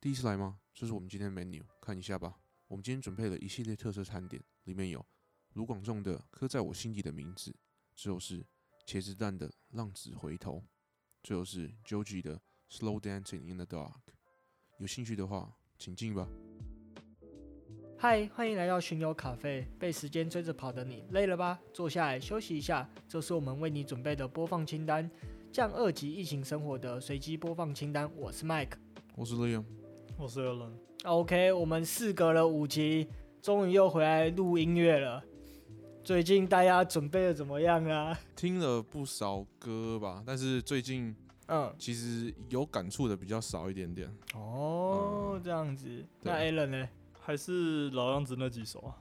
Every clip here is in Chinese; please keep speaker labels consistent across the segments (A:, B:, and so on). A: 第一次来吗？这是我们今天的 menu，看一下吧。我们今天准备了一系列特色餐点，里面有卢广仲的《刻在我心底的名字》，之后是茄子蛋的《浪子回头》，最后是 Joji 的《Slow Dancing in the Dark》。有兴趣的话，请进吧。
B: 嗨，欢迎来到巡游咖啡。被时间追着跑的你，累了吧？坐下来休息一下。这是我们为你准备的播放清单，降二级疫情生活的随机播放清单。我是 Mike。
A: 我是 Liam，
C: 我是 a l a n
B: OK，我们事隔了五集，终于又回来录音乐了。最近大家准备的怎么样啊？
A: 听了不少歌吧，但是最近
B: 嗯，
A: 其实有感触的比较少一点点。
B: 哦，这样子。那 a
A: 嗯对
B: l a n 呢
C: 还是老样子那几首啊，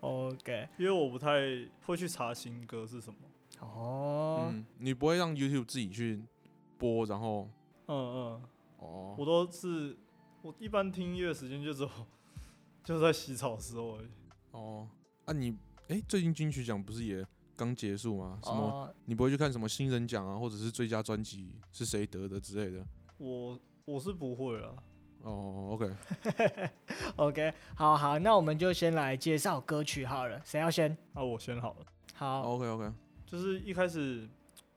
B: ？OK，
C: 因为我不太会去查新歌是什么。
B: 哦，
A: 嗯，你不会让 YouTube 自己去播，然后
C: 嗯嗯，
A: 哦，
C: 我都是我一般听音乐时间就只有就是在洗澡的时候而已。
A: 哦，啊你，哎、最近金曲奖不是也刚结束吗？什么、
B: 哦，
A: 你不会去看什么新人奖啊，或者是最佳专辑是谁得的之类的？
C: 我我是不会啊，
A: 哦，OK，
B: OK，好好，那我们就先来介绍歌曲好了，谁要先？
C: 那我先好了。
B: 好，
A: o k OK，
C: 就是一开始，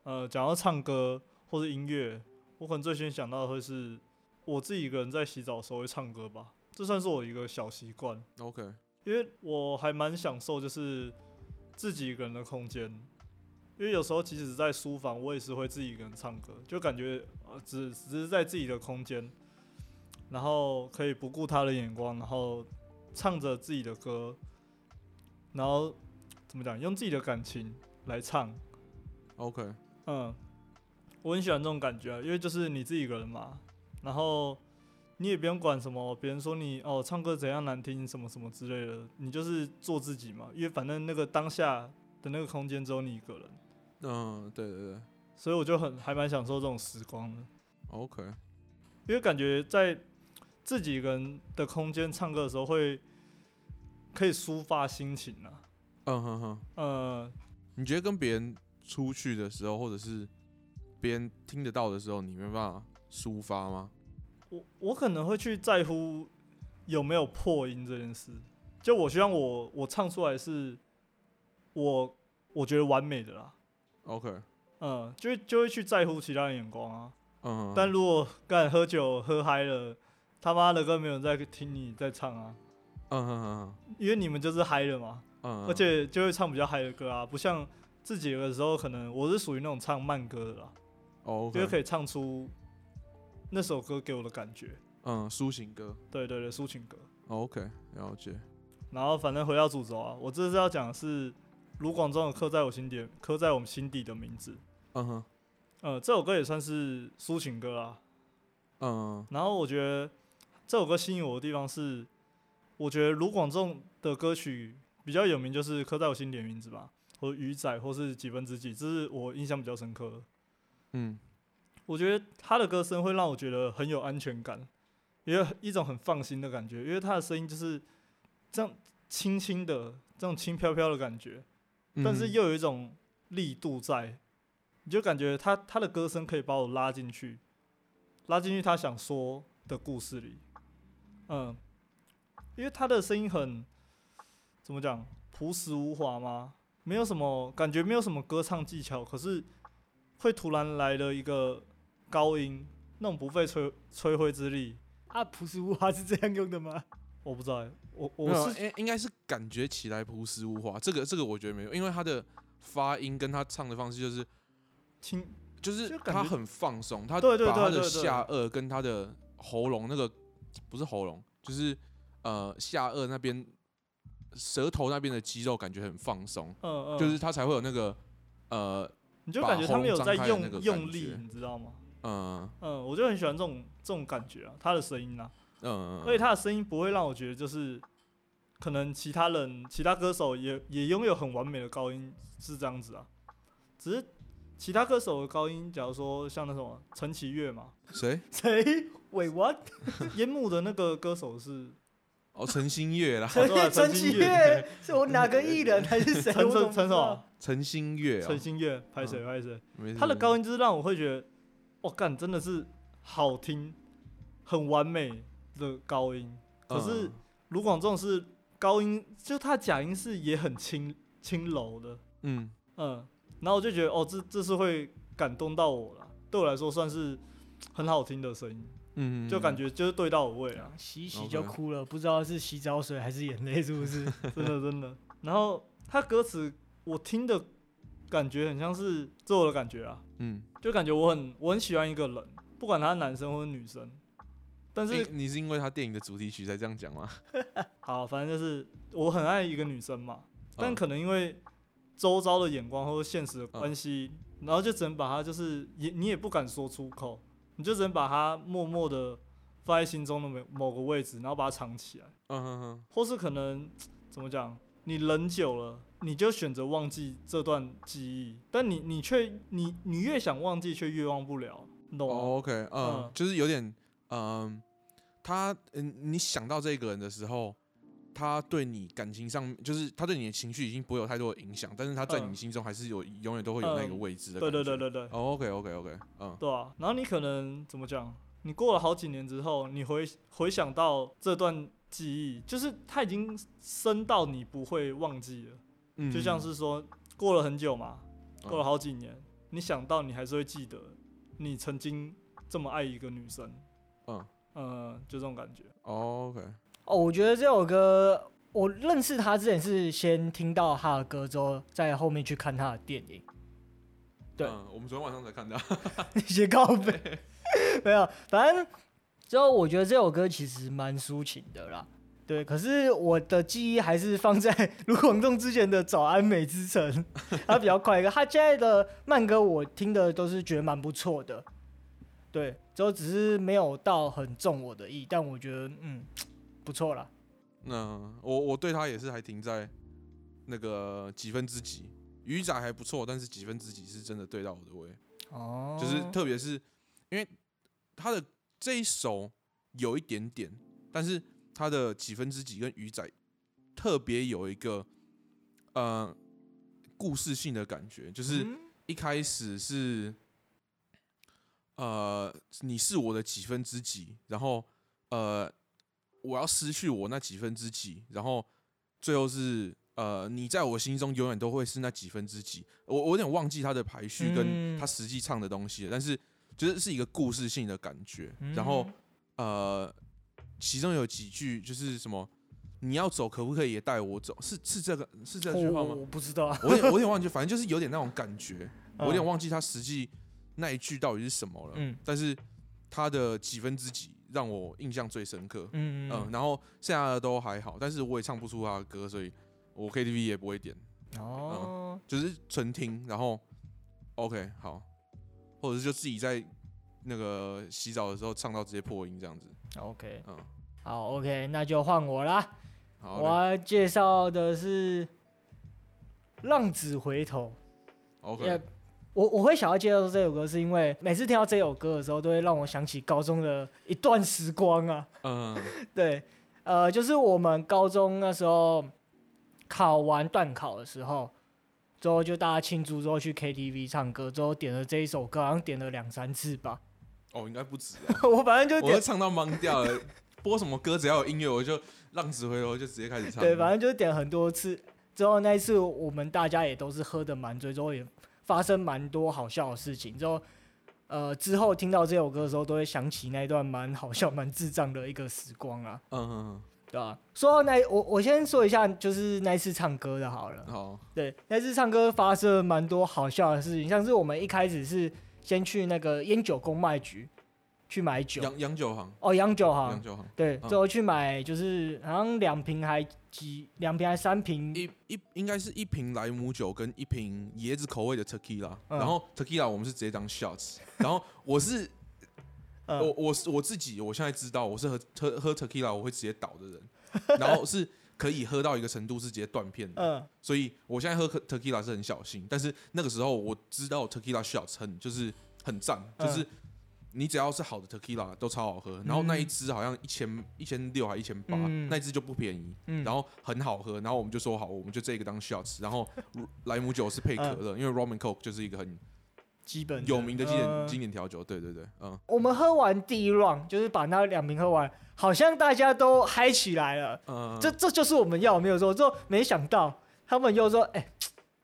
C: 呃，讲到唱歌或是音乐，我可能最先想到的会是我自己一个人在洗澡的时候会唱歌吧，这算是我一个小习惯。
A: OK，
C: 因为我还蛮享受就是自己一个人的空间，因为有时候即使是在书房，我也是会自己一个人唱歌，就感觉呃只只是在自己的空间，然后可以不顾他的眼光，然后唱着自己的歌，然后怎么讲，用自己的感情来唱，
A: OK，
C: 嗯，我很喜欢这种感觉啊，因为就是你自己一个人嘛，然后你也不用管什么别人说你哦唱歌怎样难听什么什么之类的，你就是做自己嘛，因为反正那个当下的那个空间只有你一个人，
A: 嗯，对对对
C: 所以我就很还蛮享受这种时光的，
A: ，OK，
C: 因为感觉在自己一个人的空间唱歌的时候会可以抒发心情啊，
A: 嗯哼哼，
C: 呃，
A: 你觉得跟别人出去的时候，或者是别人听得到的时候，你没办法抒发吗？
C: 我我可能会去在乎有没有破音这件事。就我希望我我唱出来是我我觉得完美的啦，
A: OK，嗯
C: 嗯，就会就会去在乎其他人眼光啊。
A: 嗯哼，
C: 但如果干喝酒喝嗨了，他妈的歌没有人在听你在唱啊，
A: 嗯哼哼哼，
C: 因为你们就是嗨了嘛，
A: 嗯，
C: 而且就会唱比较嗨的歌啊，不像自己的时候可能我是属于那种唱慢歌的啦，
A: 哦
C: 因为可
A: ，OK，
C: 以唱出那首歌给我的感觉。
A: 嗯，抒情歌哦
C: 对对对，抒情歌。
A: ，OK，了解，
C: 然后反正回到主轴啊，我这次要讲的是卢广仲的刻在我心底，刻在我们心底的名字。
A: 嗯哼，
C: 呃，这首歌也算是抒情歌啊。
A: 嗯
C: 然后我觉得这首歌吸引我的地方是，我觉得卢广仲的歌曲比较有名就是《刻在我心底的名字》吧，或者《鱼仔》，或是《几分之几》，这是我印象比较深刻的。
A: 嗯
C: 我觉得他的歌声会让我觉得很有安全感，也有一种很放心的感觉，因为他的声音就是这样轻轻的、这种轻飘飘的感觉，
A: 嗯，
C: 但是又有一种力度在，你就感觉他他的歌声可以把我拉进去，拉进去他想说的故事里，嗯，因为他的声音很怎么讲朴实无华吗？没有什么感觉，没有什么歌唱技巧，可是会突然来了一个高音，那种不费吹吹灰之力，
B: 啊，朴实无华是这样用的 吗？
C: 我不知道欸、我
A: 没有啊
C: 我是
A: 应应该是感觉起来朴实无华，这个这个我觉得没有，因为他的发音跟他唱的方式就是
C: 听
A: 就是
C: 就感觉
A: 他很放松，他
C: 对对
A: 把他
C: 对
A: 的
C: 对对
A: 下颚跟他的喉咙那个不是喉咙，就是呃下颚那边舌头那边的肌肉感觉很放松，
C: 嗯嗯，
A: 就是他才会有那个呃
C: 你就感觉他们有在
A: 把喉咙张开的那个
C: 用用
A: 感觉
C: 力，你知道吗？
A: 嗯
C: 嗯，我就很喜欢这种这种感觉啊，他的声音啊，
A: 嗯，
C: 而且他的声音不会让我觉得就是，可能其他人其他歌手也也拥有很完美的高音是这样子啊，只是其他歌手的高音，假如说像那什么陈绮乐嘛，
A: 谁
B: 谁？喂，what？
C: 烟幕的那个歌手是
A: 哦陈星月啦，
C: 对啊
B: 陈
C: 陈
B: 绮
C: 绮
B: 乐
C: 乐
B: 是我哪个艺人还 是谁？
C: 陈
B: 我怎么不
C: 陈
B: 知
C: 陈什
B: 道
C: 么？啊
A: 陈星月啊嗯
C: 陈，星月，拍谁拍谁，
A: 没事
C: 他的高音就是让我会觉得，哇干，真的是好听，很完美的高音，可是
A: 嗯
C: 卢广仲是高音，就他假音是也很轻轻柔的，
A: 嗯，
C: 嗯，然后我就觉得哦，这这是会感动到我了，对我来说算是很好听的声音，
A: 嗯，
C: 就感觉就是对到我胃啊，
B: 洗一洗就哭了，不知道是洗澡水还是眼泪，是不是？
C: 真的真的。然后他歌词我听的感觉很像是这我的感觉啊，
A: 嗯，
C: 就感觉我很我很喜欢一个人，不管他男生或者女生，但
A: 但
C: 是、
A: 你是因为他电影的主题曲才这样讲吗？
C: 好，反正就是我很爱一个女生嘛，但
A: 嗯
C: 可能因为周遭的眼光或者现实的关系，
A: 嗯
C: 然后就只能把它就是也你也不敢说出口，你就只能把它默默的放在心中的某某个位置，然后把它藏起来，
A: 嗯哼哼，
C: 或是可能怎么讲，你忍久了，你就选择忘记这段记忆，但你你却你你越想忘记，却越忘不了，你懂吗？
A: 哦，OK，嗯，
C: 嗯
A: 就是有点，嗯，他，嗯，你想到这个人的时候，他对你感情上，就是他对你的情绪已经不会有太多的影响，但是他在
C: 嗯
A: 你心中还是有永远都会有那个
C: 嗯
A: 位置的、
C: 对对对。对对。
A: 哦，OK，OK，OK，嗯，
C: 对啊，然后你可能怎么讲？你过了好几年之后，你回回想到这段记忆，就是它已经深到你不会忘记了。
A: 嗯
C: 就像是说，过了很久嘛，
A: 嗯
C: 过了好几年，你想到你还是会记得，你曾经这么爱一个女生，
A: 嗯
C: 嗯，就这种感觉。
A: 哦，OK，
B: 哦，我觉得这首歌，我认识他之前是先听到他的歌之后，在后面去看他的电影。对
A: 嗯我们昨天晚上才看到，
B: 那些告白，没有，反正之后我觉得这首歌其实蛮抒情的啦。对，可是我的记忆还是放在卢广仲之前的《早安美之城》，它比较快一个。他现在的慢歌我听的都是觉得蛮不错的，对，之后只是没有到很中我的意，但我觉得嗯不错啦。
A: 那嗯我我对他也是还停在那个几分之几，鱼仔还不错，但是几分之几是真的对到我的胃，
B: 哦，
A: 就是特别是因为他的这一首有一点点，但是他的几分之几跟鱼仔特别有一个呃故事性的感觉，就是
B: 嗯
A: 一开始是呃你是我的几分之几，然后呃我要失去我那几分之几，然后最后是。呃，你在我心中永远都会是那几分之几。我我有点忘记他的排序跟
B: 嗯
A: 他实际唱的东西了，但是就是是一个故事性的感觉。
B: 嗯
A: 然后呃，其中有几句就是什么，你要走可不可以也带我走？是是这个是这句话
B: 哦
A: 吗？
B: 我不知道啊，
A: 我有点我有点忘记，反正就是有点那种感觉，我有点
B: 嗯
A: 忘记他实际那一句到底是什么了。
B: 嗯
A: 但是他的几分之几让我印象最深刻。
B: 嗯
A: 嗯，然后剩下的都还好，但是我也唱不出他的歌，所以我 KTV 也不会点，
B: 哦，
A: 就是纯听，然后 OK 好，或者是就自己在那个洗澡的时候唱到直接破音这样子。
B: OK，
A: 嗯，
B: 好 OK，那就换我啦。
A: 好
B: 我
A: 嘞
B: 要介绍的是《浪子回头》
A: ，OK，
B: 我我会想要介绍这首歌，是因为每次听到这首歌的时候，都会让我想起高中的一段时光啊。
A: 嗯
B: 对，呃，就是我们高中那时候考完段考的时候，之后就大家庆祝之后去 KTV 唱歌，之后点了这一首歌，好像点了两三次吧。
A: 哦，应该不止啊，
B: 我反正就
A: 我
B: 点
A: 都唱到懵掉了。播什么歌只要有音乐，我就浪子回头就直接开始唱。
B: 对，反正就是点很多次。之后那一次，我们大家也都是喝的蛮醉，之后也发生蛮多好笑的事情。之后，呃，之后听到这首歌的时候，都会想起那一段蛮好笑、蛮智障的一个时光啊，
A: 嗯嗯
B: 对吧、说到那，我我先说一下，就是那一次唱歌的好了
A: 嗯，。好，
B: 对，那次唱歌发生了蛮多好笑的事情，像是我们一开始是先去那个烟酒公卖局去买酒，
A: 杨杨九行，
B: 哦，洋酒
A: 杨
B: 行，
A: 九行，
B: 对，
A: 嗯
B: 之后去买就是好像两瓶还几两瓶还三瓶
A: 一一应该是一瓶莱姆酒跟一瓶椰子口味的 tequila，
B: 嗯
A: 然后 tequila 我们是直接当 shots，然 后我是
B: 嗯
A: 我我是我自己，我现在知道我是喝喝喝 tequila 我会直接倒的人，然后是可以喝到一个程度是直接断片的，
B: 嗯
A: 所以我现在喝 tequila 是很小心，但是那个时候我知道 tequila shots 很就是很赞，
B: 嗯
A: 就是你只要是好的 tequila 都超好喝，然后那一支好像一千一千六还一千八，
B: 嗯
A: 那一支就不便宜，
B: 嗯
A: 然后很好喝，然后我们就
B: 嗯
A: 说好，我们就这个当 shots，然后莱姆酒是配可乐，因为 rum and coke 就是一个很
B: 基本
A: 有名的经典
B: 嗯
C: 呃
A: 经典调酒，对对对，嗯，
B: 我们喝完第一 round，就是把那两瓶喝完，好像大家都嗨起来了。
A: 呃，
B: 这这就是我们要的没有错，就没想到他们又说，哎、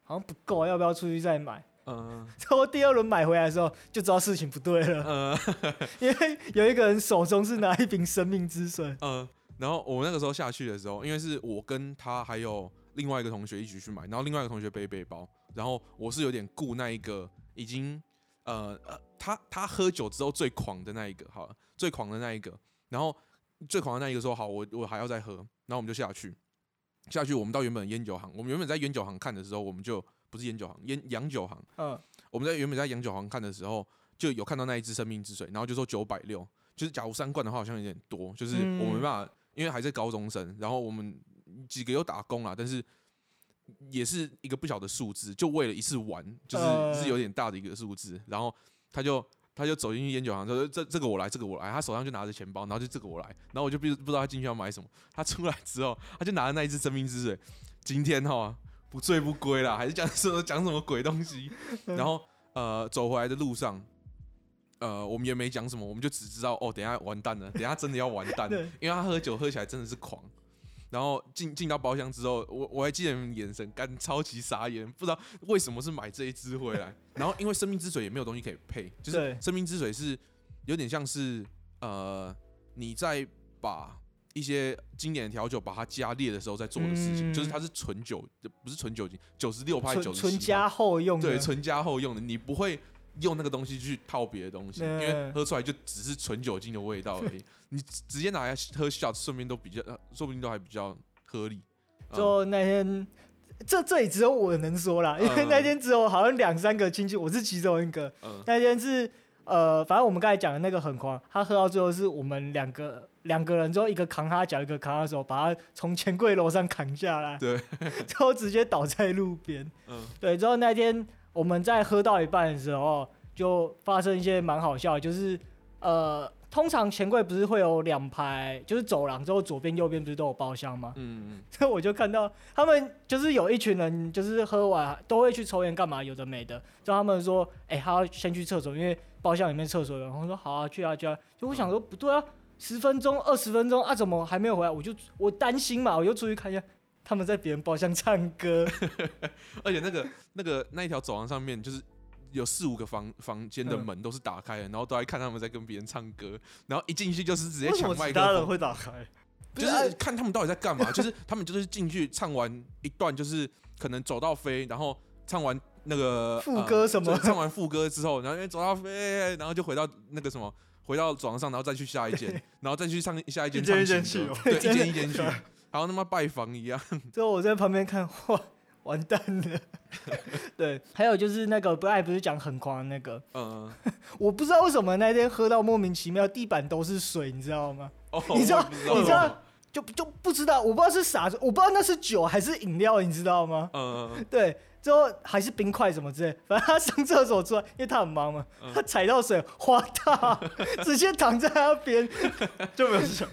B: 好像不够，要不要出去再买？
A: 呃
B: 之后第二轮买回来的时候，就知道事情不对了，
A: 呃
B: 因为有一个人手中是拿一瓶生命之水，
A: 呃，然后我那个时候下去的时候，因为是我跟他还有另外一个同学一起去买，然后另外一个同学背背包，然后我是有点顾那一个已经呃呃，他他喝酒之后最狂的那一个，好了，最狂的那一个，然后最狂的那一个说好，我我还要再喝，然后我们就下去，下去我们到原本的烟酒行，我们原本在烟酒行看的时候，我们就不是烟酒行，烟洋酒行。
B: 嗯，
A: 我们在原本在洋酒行看的时候，就有看到那一支生命之水，然后就说九百六，就是假如三罐的话好像有点多，就是
B: 嗯
A: 我没办法，因为还是高中生，然后我们几个有打工啦，但是也是一个不小的数字，就为了一次玩，就是、
B: 呃
A: 是有点大的一个数字，然后他就。他就走进去烟酒行，说：“这这个我来，这个我来。”他手上就拿着钱包，然后就这个我来，然后我就不不知道他进去要买什么。他出来之后，他就拿着那一支生命之水。今天哈不醉不归啦，还是讲什么讲什么鬼东 西？
B: 嗯
A: 然后呃，走回来的路上，呃，我们也没讲什么，我们就只知道哦，等一下完蛋了， 等一下真的要完蛋了
B: 对，
A: 因为他喝酒喝起来真的是狂。然后进进到包厢之后，我我还记得你们眼神干超级傻眼，不知道为什么是买这一支回 来。然后因为生命之水也没有东西可以配，就是
B: 对
A: 生命之水是有点像是呃你在把一些经典的调酒把它加烈的时候在做的事情，
B: 嗯
A: 就是它是纯酒，不是纯酒精，九十六派九
B: 纯
A: 十
B: 纯加厚用的，
A: 对，纯加后用的，你不会用那个东西去套别的东西，因
B: 嗯
A: 为喝出来就只是纯酒精的味道而 已。你直接拿来喝 shot，顺便都比较，呃说不定都还比较合理。嗯
B: 就那天。这这里只有我能说啦，因为
A: 嗯
B: 那天只有好像两三个亲戚，我是其中一个，
A: 嗯
B: 那天是呃，反正我们刚才讲的那个很狂，他喝到最后是我们两个两个人之后，一个扛他脚，一个扛他手，把他从钱柜楼上扛下来，
A: 对，
B: 之后直接倒在路边。
A: 嗯
B: 对，之后那天我们在喝到一半的时候，就发生一些蛮好笑的，就是呃，通常钱柜不是会有两排，就是走廊之后左边右边不是都有包厢吗？
A: 嗯
B: 所以我就看到他们就是有一群人，就是喝完都会去抽烟干嘛，有的没的。叫他们说，哎、他要先去厕所，因为包厢里面厕所有。然后说好啊，去啊去啊。就我想说不对啊，十分钟、二十分钟啊，怎么还没有回来？我就我担心嘛，我就出去看一下。他们在别人包厢唱歌，
A: 嗯，而且那个那个那一条走廊上面就是。有四五个房房间
C: 嗯
A: 的门都是打开的，然后都在看他们在跟别人唱歌，然后一进去就是直接
C: 为什
A: 抢
C: 么
A: 麦
C: 其
A: 克
C: 他
A: 风
C: 人，会打开？
B: 不
A: 就是是
B: 啊
A: 看他们到底在干 嘛。就是他们就是进去唱完一段，就是可能走到飞，然后唱完那个
B: 副
A: 呃
B: 歌什么
A: 就唱完副歌之后，然后因为走到飞，然后就回到那个什么，回到床上，然后再去下一间，然后再去上下一 间
C: 一间
A: 唱
C: 一间
A: 情歌
C: 去哦
A: 对，一
B: 真的
A: 间一间去，还有他妈拜访一样。
B: 之后我在旁边看，哇，完蛋了。 对，还有就是那个不爱不是讲很狂的那个，
A: 嗯，
B: 我不知道为什么那天喝到莫名其妙，地板都是水，你知道吗？
A: 哦，
B: 你知道
A: 我也不
B: 你知
A: 道为什
B: 道
A: 么，
B: 就就不知道，我不知道是啥，我不知道那是酒还是饮料，你知道吗？
A: 嗯，
B: 对，之后还是冰块什么之类，反正他上厕所出来，因为他很忙嘛，
A: 嗯
B: 他踩到水滑到， 直接躺在那边，
C: 就没有想，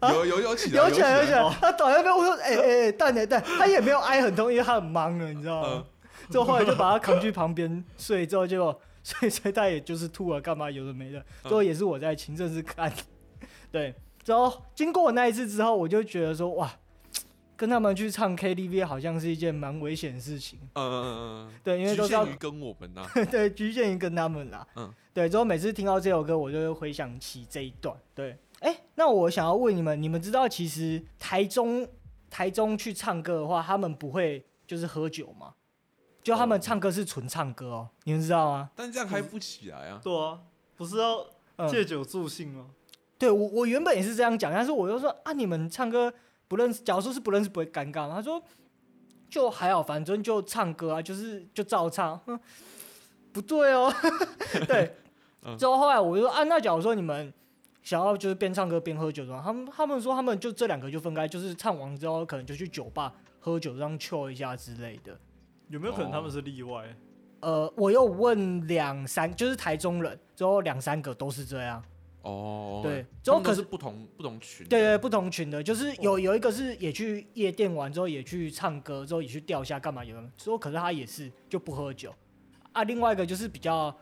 B: 啊
A: 有有有起来，
B: 有起来有起来
A: 哦，
B: 他倒在那边，我说哎哎 哎，蛋呢蛋，他也没有挨很痛，因为他很忙了，你知道吗
A: 嗯？
B: 之后 后来就把他扛去旁边睡，之后结果 睡睡他也就是吐了，干嘛有的没的，
A: 嗯
B: 最后也是我在勤政室看， 对，之后经过我那一次之后，我就觉得说哇，跟他们去唱 KTV 好像是一件蛮危险的事情，
A: 嗯嗯嗯，
B: 对，因为都是要
A: 局限于跟我们呐，啊
B: 对局限于跟他们啦，
A: 嗯
B: 对，之后每次听到这首歌，我就会回想起这一段，对，哎，那我想要问你们，你们知道其实台中台中去唱歌的话，他们不会就是喝酒吗？就他们
A: 哦
B: 唱歌是纯唱歌哦，你们知道吗？
A: 但这样嗨不起来啊。
C: 对啊，不是要
B: 嗯，
C: 借酒助兴吗？
B: 对我我原本也是这样讲，但是我就说啊，你们唱歌不认识，假如说是不认识不会尴尬吗？他说就还好，反正就唱歌啊，就是就照唱。嗯不对哦， 对。
A: 嗯
B: 之后后来我就说啊，那假如说你们想要就是边唱歌边喝酒的话，他们他们说他们就这两个就分开，就是唱完之后可能就去酒吧喝酒，这样 chill 一下之类的。
C: 有没有可能
A: 哦
C: 他们是例外？
B: 呃，我又问两三，就是台中人，之后两三个都是这样。
A: 哦，
B: 对
A: 他们
B: 之后可
A: 都
B: 是
A: 是不同不同群的，
B: 对对，
C: 嗯
B: 不同群的，
C: 哦
B: 就是有有一个是也去夜店玩之后也去唱歌，之后也去钓虾干嘛有没有？之后可是他也是就不喝酒，啊，另外一个就是比较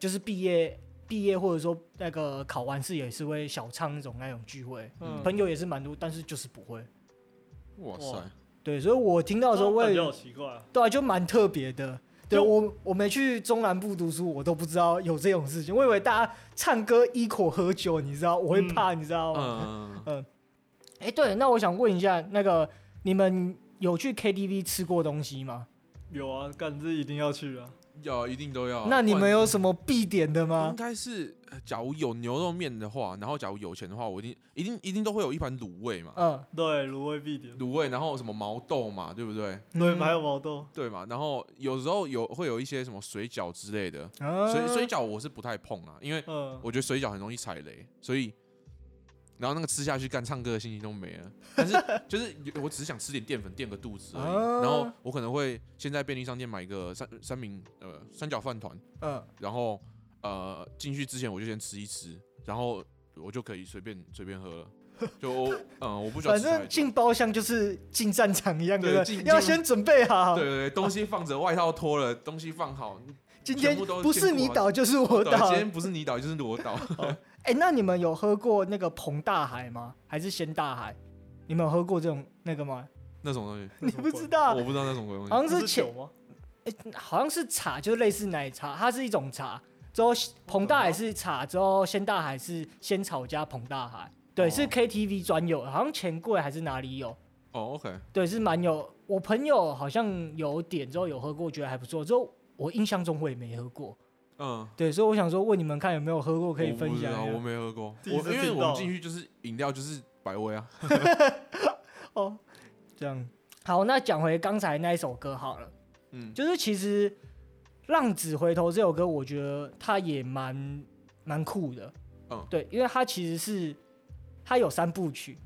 B: 就是毕业毕业或者说那个考完试也是会小唱那种那种聚会，
C: 嗯，
B: 朋友也是蛮多，但是就是不会。
A: 哇
C: 哇
A: 塞，
B: 对，所以我听到的时候
C: 那
B: 会
C: 感觉好奇怪啊。
B: 对啊，就蛮特别的。对
C: 就
B: 我，我没去中南部读书，我都不知道有这种事情。我以为大家唱歌一口喝酒，你知道，我会怕，你知道吗？
A: 嗯，
B: 哎、对，那我想问一下，那个你们有去 KTV 吃过东西吗？
C: 有啊，干这一定要去啊！
A: 要一定都要啊。
B: 那你
A: 不然
B: 们有什么必点的
A: 应
B: 吗？
A: 该是，呃假如有牛肉面的话，然后假如有钱的话，我一定一定一定都会有一盘卤味嘛，
B: 嗯，
C: 对，卤味必点，
A: 卤味，然后什么毛豆嘛，对不对？
C: 对，
B: 嗯
C: 还有毛豆，
A: 对嘛，然后有时候有会有一些什么水饺之类的，
B: 啊
A: 水水饺我是不太碰啊，因为
C: 嗯，
A: 我觉得水饺很容易踩雷，所以然后那个吃下去干唱歌的心情都没了。但 是就是有我只是想吃点淀粉垫个肚子而
B: 啊
A: 已，然后我可能会先在便利商店买个三三明呃三角饭团，
B: 嗯，
A: 然后呃进去之前我就先吃一吃，然后我就可以随便随便喝了。 就我嗯我不喜欢
B: 反
A: 吃太
B: 正进包厢就是进战场一样，
A: 对
B: 对不
A: 进
B: 对？要先准备好
A: 多对，对对，东西 放着，外套脱了，东西放好。
B: 今
A: 全
B: 天
A: 部都
B: 不是
A: 进
B: 你
A: 过
B: 倒就是我
A: 对
B: 倒
A: 今。天不是你倒就是我 倒。
B: 哎、那你们有喝过那个彭大海吗？还是鲜大海？你们有喝过这种那个吗？
A: 那种东西，
C: 你
B: 你不知道，
A: 我不知道那种鬼哦东西。
B: 好像
C: 这是
B: 是前
C: 酒吗？
B: 好像是茶，就是类似奶茶，它是一种茶。之后彭大海是茶，之后鲜大海是仙草加彭大海，对，
A: 哦
B: 是 KTV 专有，好像钱柜还是哪里有，
A: 哦，OK，
B: 对，是蛮有。我朋友好像有点之后有喝过，觉得还不错。之后我印象中我也没喝过，
A: 嗯，
B: 对，所以我想说问你们看有没有喝过可以
A: 我不
B: 分
A: 知
B: 享
A: 道
B: 一
A: 哦我
B: 下。
A: 没啊喝过，
C: 第一
A: 我
C: 次
A: 因为
C: 听
A: 我们
C: 到
A: 进去就是饮料就是百威啊，
B: 哦，这样好，那讲回刚才那一首歌好了。
A: 嗯，
B: 就是其实《浪子回头》这首歌，我觉得它也蛮蛮酷的。
A: 嗯
B: 对，因为它其实是它有三部曲，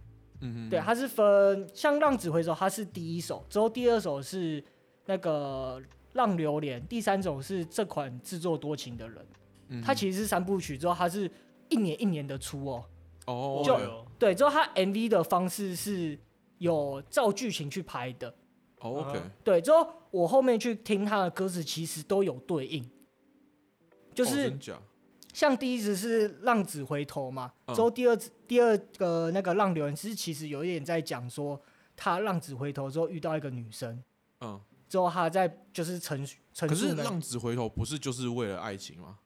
A: 嗯
B: 对，，它是分像《浪子回头》，它是第一首，之后第二首是那个《浪流连》，第三首是这款制作多情的人。
A: 嗯
B: 它其实是三部曲，之后它是一年一年的出哦。
A: 哦，
B: 就
A: 我有
C: 有
B: 对，之后它 MV 的方式是有照剧情去拍的。
A: 哦，OK，
C: 啊
B: 对，之后我后面去听他的歌词，其实都有对应，就
A: 哦
B: 是
A: 真假，
B: 像第一支是《浪子回头》嘛，
A: 嗯
B: 之后第二支第二个那个《浪流人》是其实有一点在讲说他浪子回头之后遇到一个女生，
A: 嗯，
B: 之后他在就是陈述陈
A: 可
B: 述
A: 是
B: 呢
A: 浪子回头不是就是为了爱情吗？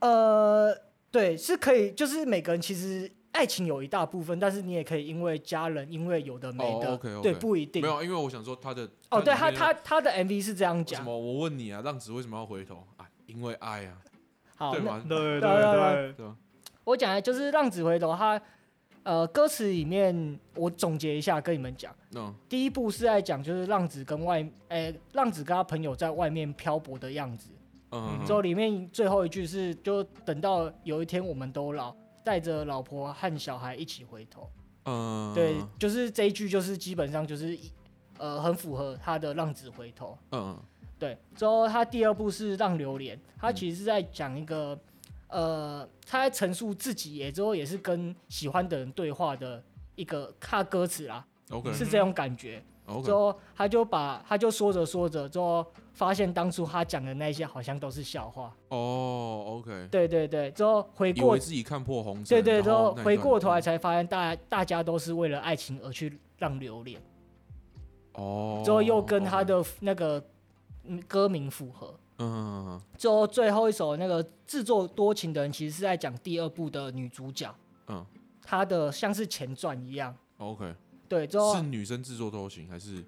B: 呃，对，是可以，就是每个人其实爱情有一大部分，但是你也可以因为家人，因为有的没的，
A: 哦，OK，OK
B: 对，不一定
A: 没。有，因为我想说他的
B: 哦，对他
A: 里面
B: 他他的 MV 是这样
A: 什
B: 讲，
A: 么？我问你啊，浪子为什么要回头啊？因为爱啊，
B: 好，
A: 对
B: 那
A: 吗？
C: 对
B: 对
C: 对
B: 对
C: 对，
A: 对吧？
B: 我讲的就是《浪子回头》它，呃，歌词里面我总结一下跟你们讲，
A: 嗯
B: 第一部是在讲就是浪子跟外，诶、浪子跟他朋友在外面漂泊的样子。
A: 嗯，
B: 之后里面最后一句是，就等到有一天我们都老，带着老婆和小孩一起回头。
A: 嗯，
B: 对，就是这一句，就是基本上就是一，呃，很符合他的浪子回头。
A: 嗯，
B: 对，之后他第二部是《让榴莲》，他
A: 嗯
B: 其实是在讲一个，呃，他在陈述自己，也之后也是跟喜欢的人对话的一个看歌词啦，
A: 嗯，OK，
B: 是这种感觉。
A: OK，
B: 之后他就把他就说着说着，之后发现当初他讲的那些好像都是笑话。
A: 哦，OK，
B: 对对对，之后回
A: 以
B: 过
A: 为，自己看破红
B: 对
A: 尘，
B: 对，之
A: 然
B: 后
A: 后那一
B: 回
A: 段嗯
B: 过头来才发现大大家都是为了爱情而去让榴莲，
A: 哦，
B: 之后又跟他
A: OK
B: 的那个嗯歌名符合。
A: 嗯
B: 最后最后一首那个自作多情的人，其实是在讲第二部的女主角，
A: 嗯
B: 她的像是前传一样。
A: ，OK，
B: 对，之
A: 是
B: 后
A: 女生制作都行还是？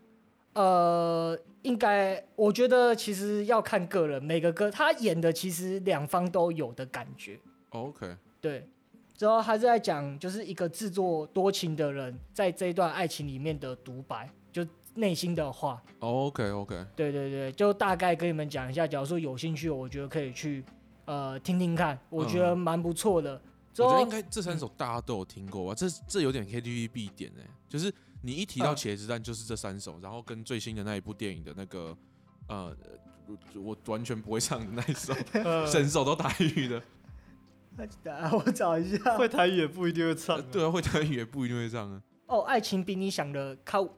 B: 呃，应该我觉得其实要看个人，每个歌她演的其实两方都有的感觉。
A: OK，
B: 对，之后她是在讲就是一个自作多情的人在这一段爱情里面的独白，就内心的话。
A: OK OK，
B: 对对对，就大概跟你们讲一下。假如说有兴趣，我觉得可以去呃听听看，我觉得蛮不错的。之
A: 我觉得
B: 后
A: 应该这三首大家都有听过吧？这这有点 KTV 必点哎、就是你一提到
B: 嗯
A: 茄子蛋就是这三首，然后跟最新的那一部电影的那个呃，我我完全不会唱的那一 首，
C: 呃
A: 整首都台语的，
B: 啊，我找一下。
C: 会台语也不一定会唱
A: 呃
C: 啊，
A: 对啊，会台语也不一定会唱啊。
B: 哦，爱情比你想的靠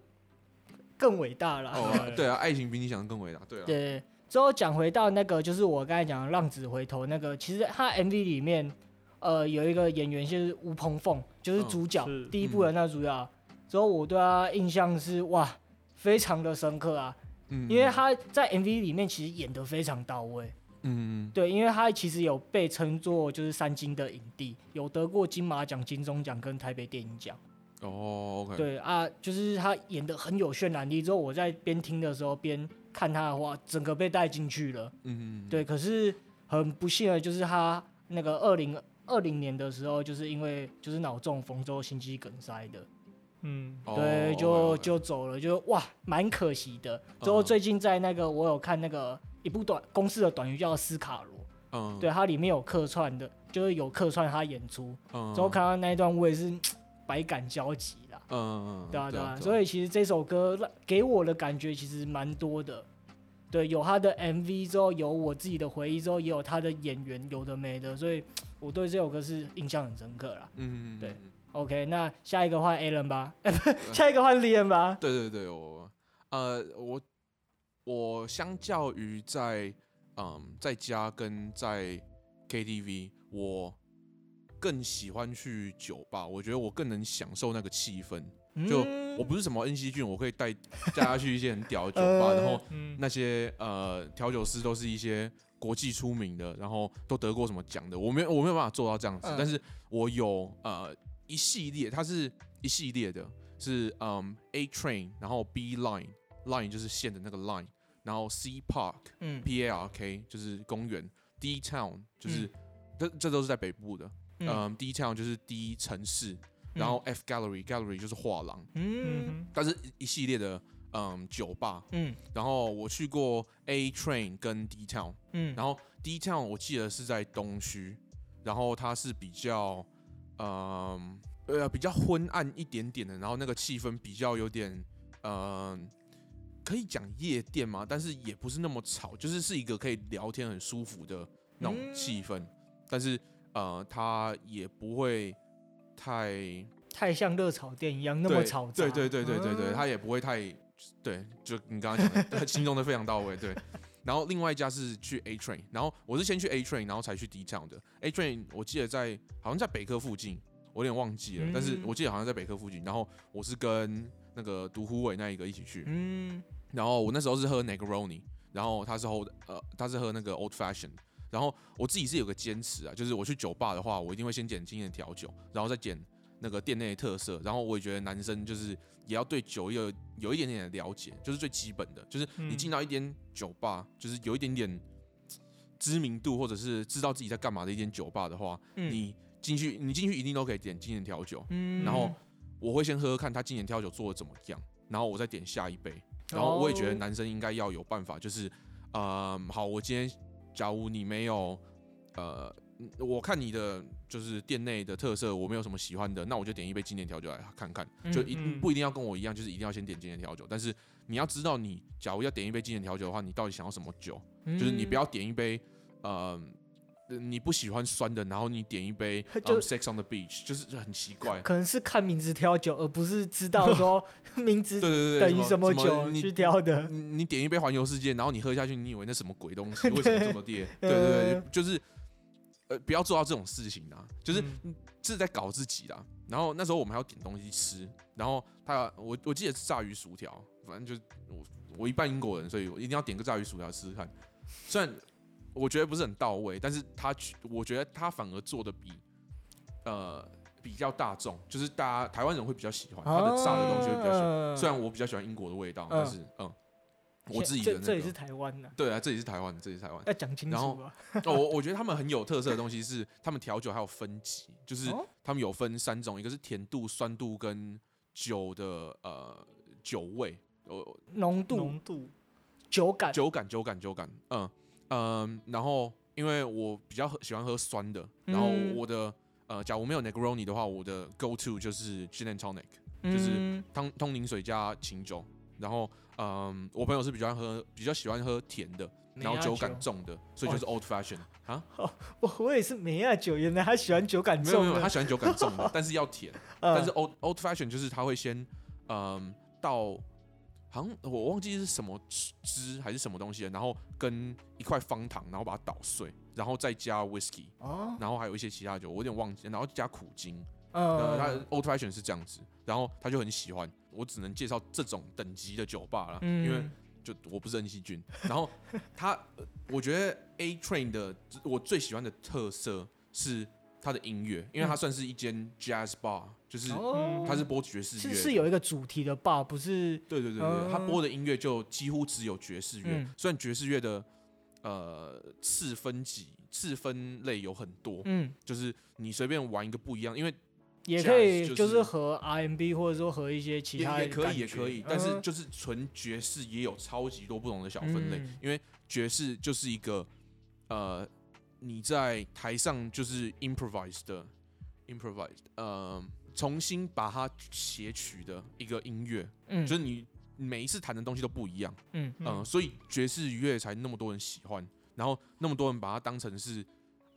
B: 更伟大啦。
A: 哦啊哦，对啊，爱情比你想的更伟大，对啊，
B: 对，之后讲回到那个，就是我刚才讲的《浪子回头》那个，其实他 MV 里面，呃，有一个演员就是吴鹏凤，就是
A: 嗯
B: 主角、
C: 是
B: 第一部的那主角。之后我对他印象是哇，非常的深刻啊，
A: 嗯，
B: 因为他在 MV 里面其实演得非常到位。
A: 嗯，
B: 对，因为他其实有被称作就是三金的影帝，有得过金马奖、金钟奖跟台北电影奖。
A: 哦，OK，
B: 对啊，就是他演的很有渲染力。之后我在边听的时候边看他的话，整个被带进去了。
A: 嗯，嗯，嗯，
B: 对，可是很不幸的就是他那个二零二零年的时候，就是因为就是脑中风之后心肌梗塞的，
C: 嗯，
A: 哦
B: 对，
A: ，OK，
B: 就
A: OK
B: 就走了，就哇，蛮可惜的。之后
A: 嗯
B: 最近在那个我有看那个一部短公司的短剧叫《斯卡罗》。
A: 嗯，
B: 对，啊它里面有客串的，就是有客串他演出。
A: 嗯，
B: 之后看到那一段，我也是百感交集啦。
A: 嗯，嗯，嗯
B: 对啊，对
A: 对
B: 啊，
A: 啊，
B: 所
A: 以
B: 以其实这首歌让给我的感觉其实蛮多的，对，有他的 MV 之后，有我自己的回忆之后，也有他的演员有的没的，所以我对这首歌是印象很深刻啦。
A: 嗯，嗯
B: 对，
A: 嗯嗯
B: OK，那下一个换 Alan 吧，哎不是下一个换 Liam 吧。
A: 对对对，我呃，我我相较于在嗯在家跟在 KTV，我更喜欢去酒吧，我觉得我更能享受那个气氛。就
B: 嗯
A: 我不是什么恩熙俊，我可以带大家去一些很屌的酒吧，然后
C: 嗯，
A: 那些呃调酒师都是一些国际出名的，然后都得过什么奖的，我没有我没有办法做到这样子，
B: 嗯
A: 但是我有呃一系列，它是一系列的，是嗯 A Train，然后 B Line Line 就是线的那个 Line，然后 C Park
B: 嗯
A: P A R K 就是公园，D Town 就是、
B: 嗯
A: 这这都是在北部的，
B: 嗯
A: 嗯 D Town 就是 D 城市，然后 F Gallery Gallery 就是画廊，
B: 嗯
C: 嗯
A: 它是一一系列的嗯酒吧，
B: 嗯
A: 然后我去过 A Train 跟 D Town，
B: 嗯
A: 然后 D Town 我记得是在东区，然后它是比较，嗯、呃，比较昏暗一点点的，然后那个气氛比较有点，嗯、可以讲夜店嘛，但是也不是那么吵，就是是一个可以聊天很舒服的那种
B: 嗯
A: 气氛，但是呃，它也不会太
B: 太像热炒店一样那么
A: 对
B: 吵杂。
A: 对对对对对对，
B: 嗯
A: 他也不会太对，就你刚刚讲的， 他形容的非常到位。对，然后另外一家是去 A Train，然后我是先去 A Train，然后才去 D Town 的。A Train 我记得在好像在北科附近，我有点忘记了，但是
B: 嗯
A: 我记得好像在北科附近。然后我是跟那个独孤伟那一个一起去，
B: 嗯
A: 然后我那时候是喝 Negroni，然后他是喝呃他是喝那个 Old Fashion。然后我自己是有个坚持啊，就是我去酒吧的话，我一定会先点经验调酒，然后再点那个店内的特色。然后我也觉得男生就是也要对酒有有一点点的了解，就是最基本的，就是你
C: 嗯
A: 进到一间酒吧，就是有一点点知名度或者是知道自己在干嘛的一间酒吧的话，
B: 嗯
A: 你进去你进去一定都可以点经验调酒。
B: 嗯
A: 然后我会先喝喝看他今年调酒做的怎么样，然后我再点下一杯。然后我也觉得
B: 哦
A: 男生应该要有办法，就是，呃，好，我今天假如你没有，呃，嗯我看你的就是店内的特色，我没有什么喜欢的，那我就点一杯经典调酒来看看，就
B: 嗯、
A: 一
C: 嗯
A: 不一定要跟我一样，就是一定要先点经典调酒，但是你要知道你，假如要点一杯经典调酒的话，你到底想要什么酒？就是你不要点一杯，呃。你不喜欢酸的，然后你点一杯
B: 就
A: 嗯 Sex on the Beach，就是很奇怪。
B: 可能是看名字挑酒，而不是知道说名字
A: 对对对，
B: 等于什么
A: 么
B: 酒
A: 你
B: 去挑的。
A: 你你点一杯环游世界，然后你喝下去，你以为那什么鬼东西？为什么这么烈？对对对，就是呃，不要做到这种事情啊！就是这是在搞自己啦。然后那时候我们还要点东西吃，然后他我我记得是炸鱼薯条，反正就是我我一半英国人，所以我一定要点个炸鱼薯条吃吃看。虽然我觉得不是很到位，但是他去我觉得他反而做的比呃比较大众，就是大家台湾人会比较喜欢他的炸的东西会比较喜欢。
B: 欢
A: 虽然我比较喜欢英国的味道，但是嗯，我自己的
B: 嗯这
A: 那
B: 这也是
A: 个
B: 台湾呐，
A: 对啊，这里是台湾，这里是台 湾。
B: 要讲清
A: 然
B: 楚
A: 后
B: 啊。
A: 哦，我我觉得他们很有特色的东西是，他们调酒还有分级，就是
B: 哦
A: 他们有分三种，一个是甜度、酸度跟酒的呃酒味，呃
B: 浓度、
C: 浓度，
B: 酒感，
A: 酒感、酒感、酒感，嗯嗯，然后因为我比较喝喜欢喝酸的，然后
B: 嗯
A: 我的呃，假如没有 Negroni 的话，我的 go to 就是 gin and tonic。就是
B: 嗯
A: 汤通灵水加清酒，然后嗯，我朋友是比较喝比较喜欢喝甜的，然后
B: 梅亚
A: 酒
B: 酒
A: 感重的，所以就是 old fashion 啊，
B: 我我也是梅亚酒，原来他喜欢酒感
A: 没有没
B: 重
A: 有，他
B: 的，嗯
A: 喜欢酒感重 的，但是要甜，
B: 呃
A: 但是 old old fashion 就是他会先嗯到嗯好像我忘记是什么汁还是什么东西了，然后跟一块方糖，然后把它捣碎，然后再加 whisky，
B: 哦，
A: 然后还有一些其他酒，我有点忘记，然后加苦精，呃，他
B: 嗯，
A: old fashion 是这样子，然后他就很喜欢，我只能介绍这种等级的酒吧啦，因为
B: 嗯
A: 就我不是恩熙君，然后他，呃我觉得 A Train 的我最喜欢的特色是它的音乐，因为它算是一间 jazz bar，就是
B: 嗯哦，
A: 它是播爵士乐
B: 是
A: 的，
B: 是有一个主题的 bar，不是
A: 对对对对，他
B: 嗯
A: 播的音乐就几乎只有爵士乐，
B: 嗯
A: 虽然爵士乐的呃次分级次分类有很多，
B: 嗯，
A: 就是你随便玩一个不一样，因为
B: 也可
A: Jazz 就
B: 以就是
A: 是
B: 和 RMB 或者说和一些其
A: 也
B: 他
A: 也
B: 的
A: 可
B: 感
A: 以也
B: 觉
A: 可以，但是
B: 嗯
A: 就是纯爵士也有超级多不同的小分类，
B: 嗯
A: 因为爵士就是一个呃你在台上就是 improvise 的 improvise 呃重新把它写曲的一个音乐，
B: 嗯
A: 就是你每一次弹的东西都不一样。
B: 嗯
A: 嗯、所以爵士乐才那么多人喜欢，然后那么多人把它当成是，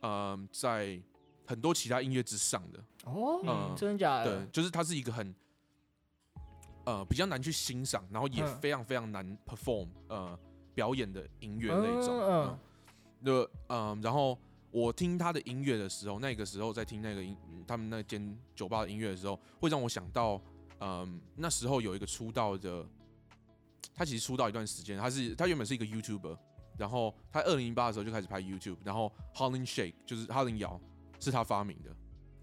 A: 呃，在很多其他音乐之上的，
B: 哦，
A: 嗯
B: 真的假
A: 对
B: 的？，
A: 就是它是一个很，呃，比较难去欣赏，然后也
B: 嗯
A: 非常非常难 perform，呃，表演的音乐那一种，
B: 嗯
A: 嗯，那嗯、然后我听他的音乐的时候，那个时候在听那个音，嗯他们那间酒吧的音乐的时候，会让我想到，嗯、那时候有一个出道的，他其实出道一段时间，他是他原本是一个 YouTuber，然后他二零零八的时候就开始拍 YouTube，然后 Holland Shake 就是哈林摇是他发明的，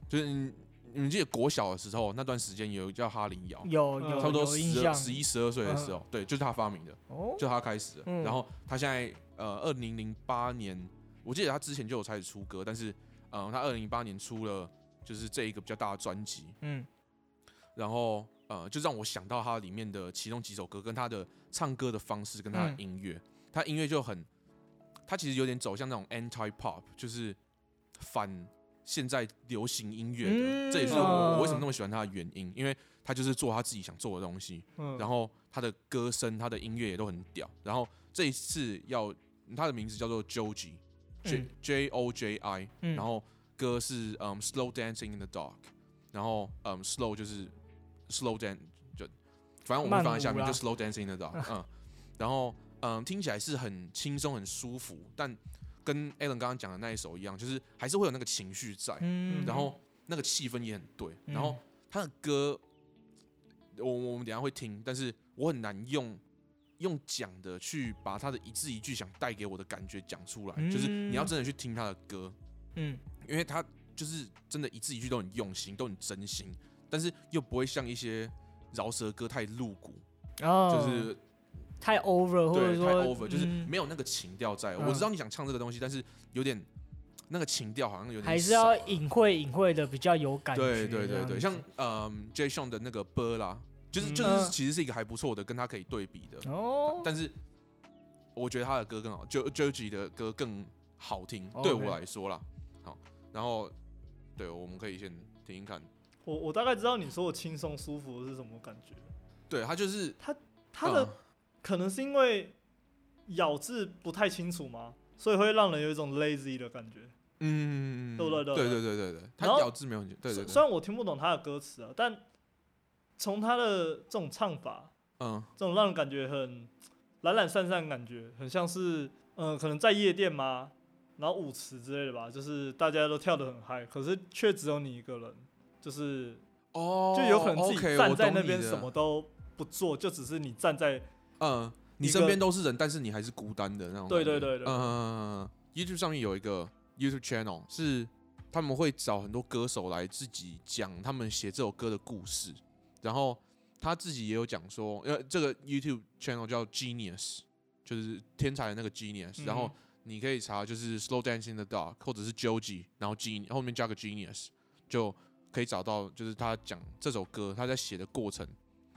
A: 就是你你们记得国小的时候那段时间有一个叫哈林摇。
B: 有
C: 嗯
B: 有
A: 差不多
B: 有印
A: 十二、
B: 象嗯
A: 十一、十二岁的时候，对，就是他发明的。
B: 哦，
A: 就他开始了，
B: 嗯
A: 然后他现在呃，二零零八年，我记得他之前就有开始出歌，但是呃，他二零零八年出了就是这一个比较大的专辑，
B: 嗯
A: 然后呃，就让我想到他里面的其中几首歌，跟他的唱歌的方式，跟他的
B: 嗯
A: 音乐，他音乐就很，他其实有点走向那种 anti pop，就是反现在流行音乐的，
B: 嗯
A: 这也是我我为什么
B: 哦
A: 那么喜欢他的原因，因为他就是做他自己想做的东西，
C: 嗯，
A: 然后他的歌声、他的音乐也都很屌。然后这一次要他的名字叫做 Joji，J、
B: 嗯
A: J O J I，、
B: 嗯，
A: 然后歌是嗯、Slow Dancing in the Dark，然后嗯、Slow 就是 Slow Dan 就反正我们
B: 慢
A: 会放在下
B: 舞
A: 面
B: 啦
A: 就 Slow Dancing in the Dark，嗯，然后嗯、听起来是很轻松很舒服，但跟 Alan 刚刚讲的那一首一样，就是还是会有那个情绪在，
B: 嗯，
A: 然后那个气氛也很对，然后
B: 嗯
A: 他的歌，我我们等一下会听，但是我很难用用讲的去把他的一字一句想带给我的感觉讲出来，就是你要
B: 嗯
A: 真的去听他的歌，
B: 嗯
A: 因为他就是真的一字一句都很用心，都很真心，但是又不会像一些饶舌歌太露骨，
B: 哦，
A: 就是
B: 太 over 或者
A: 对太
B: 说
A: over，就是
B: 嗯
A: 没有那个情调在。
B: 嗯
A: 我知道你想唱这个东西，但是有点那个情调好像有点
B: 还是
A: 少
B: 要
A: 了
B: 隐晦隐晦的比较有感
A: 对
B: 觉这
A: 对
B: 样子。
A: 对对，像嗯 J Sean 的那个波啦，就是就
B: 嗯
A: 是其实是一个还不错的，跟他可以对比的，
B: 哦，
A: 但是我觉得他的歌更好，Jo Joji 的歌更好听，对
C: 哦
A: 我
B: OK
A: 来说啦。好，然后对，我们可以先听听看。
C: 我我大概知道你说我轻松舒服的是什么感觉。
A: 对他就是
C: 它的
A: 嗯
C: 可能是因为咬字不太清楚嘛，所以会让人有一种 lazy 的感觉。
A: 嗯，
C: 对不对
A: 对对对对对，他
C: 然后
A: 咬字没有很对对
C: 虽虽
A: 对，
C: 然我听不懂他的歌词啊，但从他的这种唱法，
A: 嗯
C: 这种让人感觉很懒懒散散的感觉，很像是嗯、呃可能在夜店嘛，然后舞池之类的吧，就是大家都跳得很嗨，可是却只有你一个人，就是
A: 哦，
C: 就有可能自
A: OK，
C: 己
A: 我
C: 站在
A: 懂
C: 那
A: 你
C: 边
A: 的
C: 什么都不做，就只是你站在
A: 嗯，你
C: 一
A: 身
C: 个
A: 边都是人，但是你还是孤单的那种感觉。
C: 对对对对
A: 嗯嗯嗯嗯嗯，YouTube 上面有一个 YouTube channel 是他们会找很多歌手来自己讲他们写这首歌的故事，然后他自己也有讲说，呃，这个 YouTube channel 叫 Genius，就是天才的那个 Genius，、然后
C: 嗯
A: 你可以查就是 Slow Dancing in the Dark 或者是 Joji，然后 Gen 后面加个 Genius 就可以找到，就是他讲这首歌他在写的过程。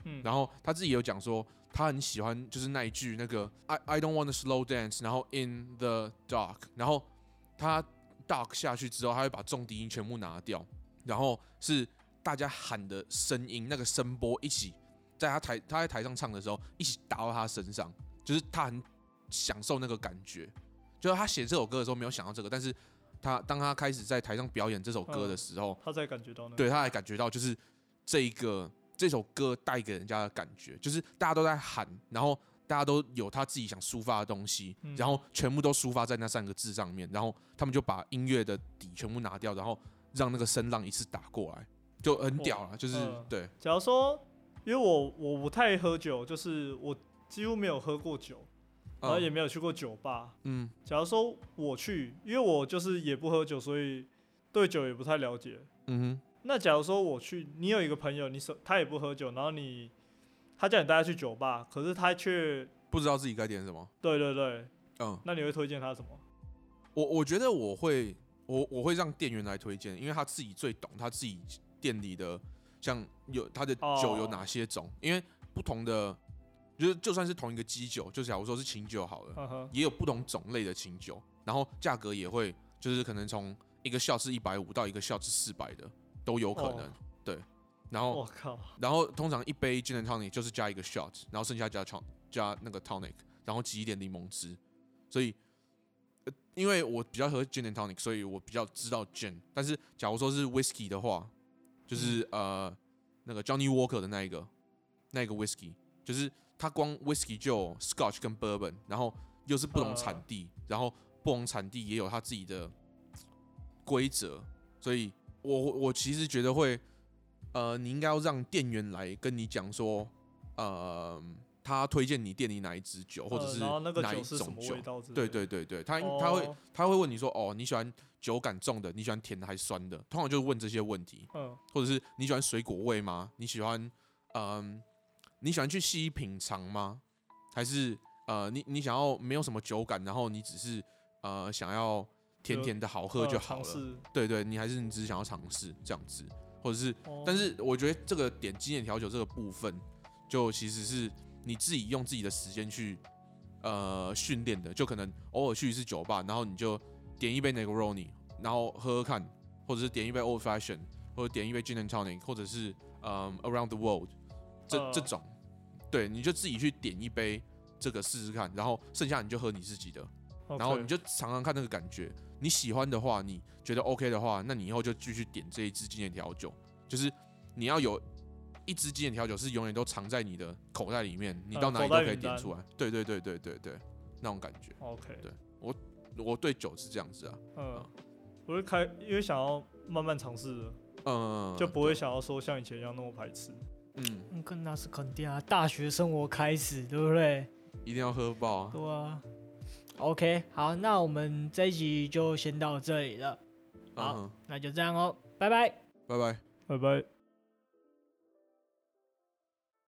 C: 嗯，
A: 然后他自己有讲说，他很喜欢就是那一句那个 I I don't want to slow dance，然后 in the dark，然后他 dark 下去之后，他会把重低音全部拿掉，然后是大家喊的声音那个声波一起在他台他在台上唱的时候一起打到他身上，就是他很享受那个感觉，就是他写这首歌的时候没有想到这个，但是他当他
C: 嗯
A: 开始在台上表演这首歌的时候，
C: 他才感觉到那个
A: 对他还感觉到就是这一个这首歌带给人家的感觉，就是大家都在喊，然后大家都有他自己想抒发的东西，
C: 嗯
A: 然后全部都抒发在那三个字上面，然后他们就把音乐的底全部拿掉，然后让那个声浪一次打过来，就很屌啊！就是、
C: 嗯
A: 对，
C: 假如说，因为我我不太喝酒，就是我几乎没有喝过酒，然后也
A: 嗯
C: 没有去过酒吧。
A: 嗯
C: 假如说我去，因为我就是也不喝酒，所以对酒也不太了解。
A: 嗯哼
C: 那假如说我去，你有一个朋友，你手他也不喝酒，然后你他叫你带他去酒吧，可是他却
A: 不知道自己该点什么，
C: 对对对，
A: 嗯，
C: 那你会推荐他什么？
A: 我我觉得我会我我会让店员来推荐，因为他自己最懂他自己店里的像有他的
C: 哦
A: 酒有哪些种，因为不同的就是就算是同一个基酒，就假如说是清酒好了，
C: 嗯哼，
A: 也有不同种类的清酒，然后价格也会就是可能从一个 shot 是一百五到一个 shot 是四百的都有可能，
C: 哦
A: 对，然后
C: 我靠，
A: 然后通常一杯 gin and tonic 就是加一个 shot，然后剩下加 t 加那个 tonic，然后挤一点柠檬汁。所以、呃因为我比较喝 gin and tonic，所以我比较知道 gin。但是假如说是 whisky 的话，就是、呃那个 Johnny Walker 的那一个那一个 whisky，就是它光 whisky 就有 Scotch 跟 bourbon，然后又是不同产
C: 呃
A: 地，然后不同产地也有它自己的规则，所以我我其实觉得会。呃，你应该要让店员来跟你讲说，呃，他推荐你店里哪一支酒，或者
C: 呃
A: 是
C: 然后那个
A: 哪一
C: 酒是什
A: 种
C: 么
A: 酒
C: 味。道之类的？
A: 对对对对，他、
C: 哦，
A: 他会他会问你说，哦，你喜欢酒感重的，你喜欢甜的还是酸的？通常就是问这些问题，
C: 嗯
A: 或者是你喜欢水果味吗？你喜欢，嗯、你喜欢去细细品尝吗？还是呃，你你想要没有什么酒感，然后你只是呃想要甜
C: 就
A: 甜的好喝
C: 嗯
A: 就好
C: 尝
A: 了？
C: 试
A: 对对，你还是你只是想要尝试这样子，或者是
C: 哦
A: 但是我觉得这个点经验调酒这个部分，就其实是你自己用自己的时间去呃训练的，就可能偶尔去一次酒吧，然后你就点一杯 Negroni，然后喝喝看，或者是点一杯 Old Fashion，或者点一杯 Gin and Tonic，或者是嗯 Around the World 这、
C: 呃
A: 这种，对，你就自己去点一杯这个试试看，然后剩下你就喝你自己的。然后
C: OK
A: 你就尝尝看那个感觉，你喜欢的话，你觉得 OK 的话，那你以后就继续点这一支经典调酒，就是你要有一支经典调酒是永远都藏在你的口袋里面，你
C: 嗯
A: 到哪里
C: 口
A: 都
C: 袋
A: 可以
C: 名
A: 点
C: 单
A: 出来。对对对对对对，那种感觉。
C: OK，
A: 我对酒是这样子啊，
C: 嗯，我就开，因为想要慢慢尝试的，
A: 嗯，
C: 就不会
A: 对，
C: 想要说像以前一样那么排斥。
A: 嗯，
B: 嗯，跟那是肯定啊，大学生活开始，对不对？
A: 一定要喝爆啊。
B: 对啊。OK，好，那我们这一集就先到这里了，好
A: 嗯哼，
B: 那就这样哦，拜拜。
A: 拜拜。
C: 拜拜。